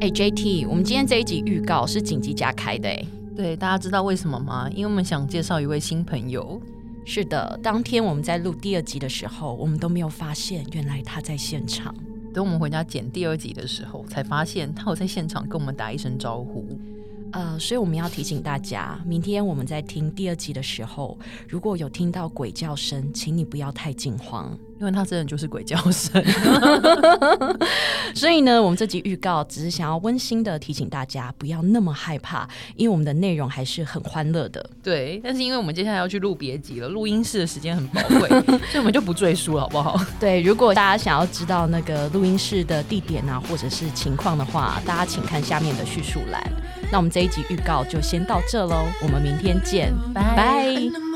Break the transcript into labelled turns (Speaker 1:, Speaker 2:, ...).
Speaker 1: 哎、j t 我们今天这一集预告是紧急加开的、哎，
Speaker 2: 对，大家知道为什么吗？因为我们想介绍一位新朋友。
Speaker 1: 是的，当天我们在录第二集的时候，我们都没有发现，原来他在现场。
Speaker 2: 等我们回家剪第二集的时候，才发现他有在现场跟我们打一声招呼。
Speaker 1: 呃，所以我们要提醒大家，明天我们在听第二集的时候，如果有听到鬼叫声，请你不要太惊慌。
Speaker 2: 因为他真的就是鬼叫声，
Speaker 1: 所以呢，我们这集预告只是想要温馨的提醒大家，不要那么害怕，因为我们的内容还是很欢乐的。
Speaker 2: 对。但是因为我们接下来要去录别集了，录音室的时间很宝贵， 所以我们就不赘述了，好不好？
Speaker 1: 对，如果大家想要知道那个录音室的地点啊，或者是情况的话，大家请看下面的叙述栏。那我们这一集预告就先到这喽，我们明天见，
Speaker 2: 拜
Speaker 1: 拜。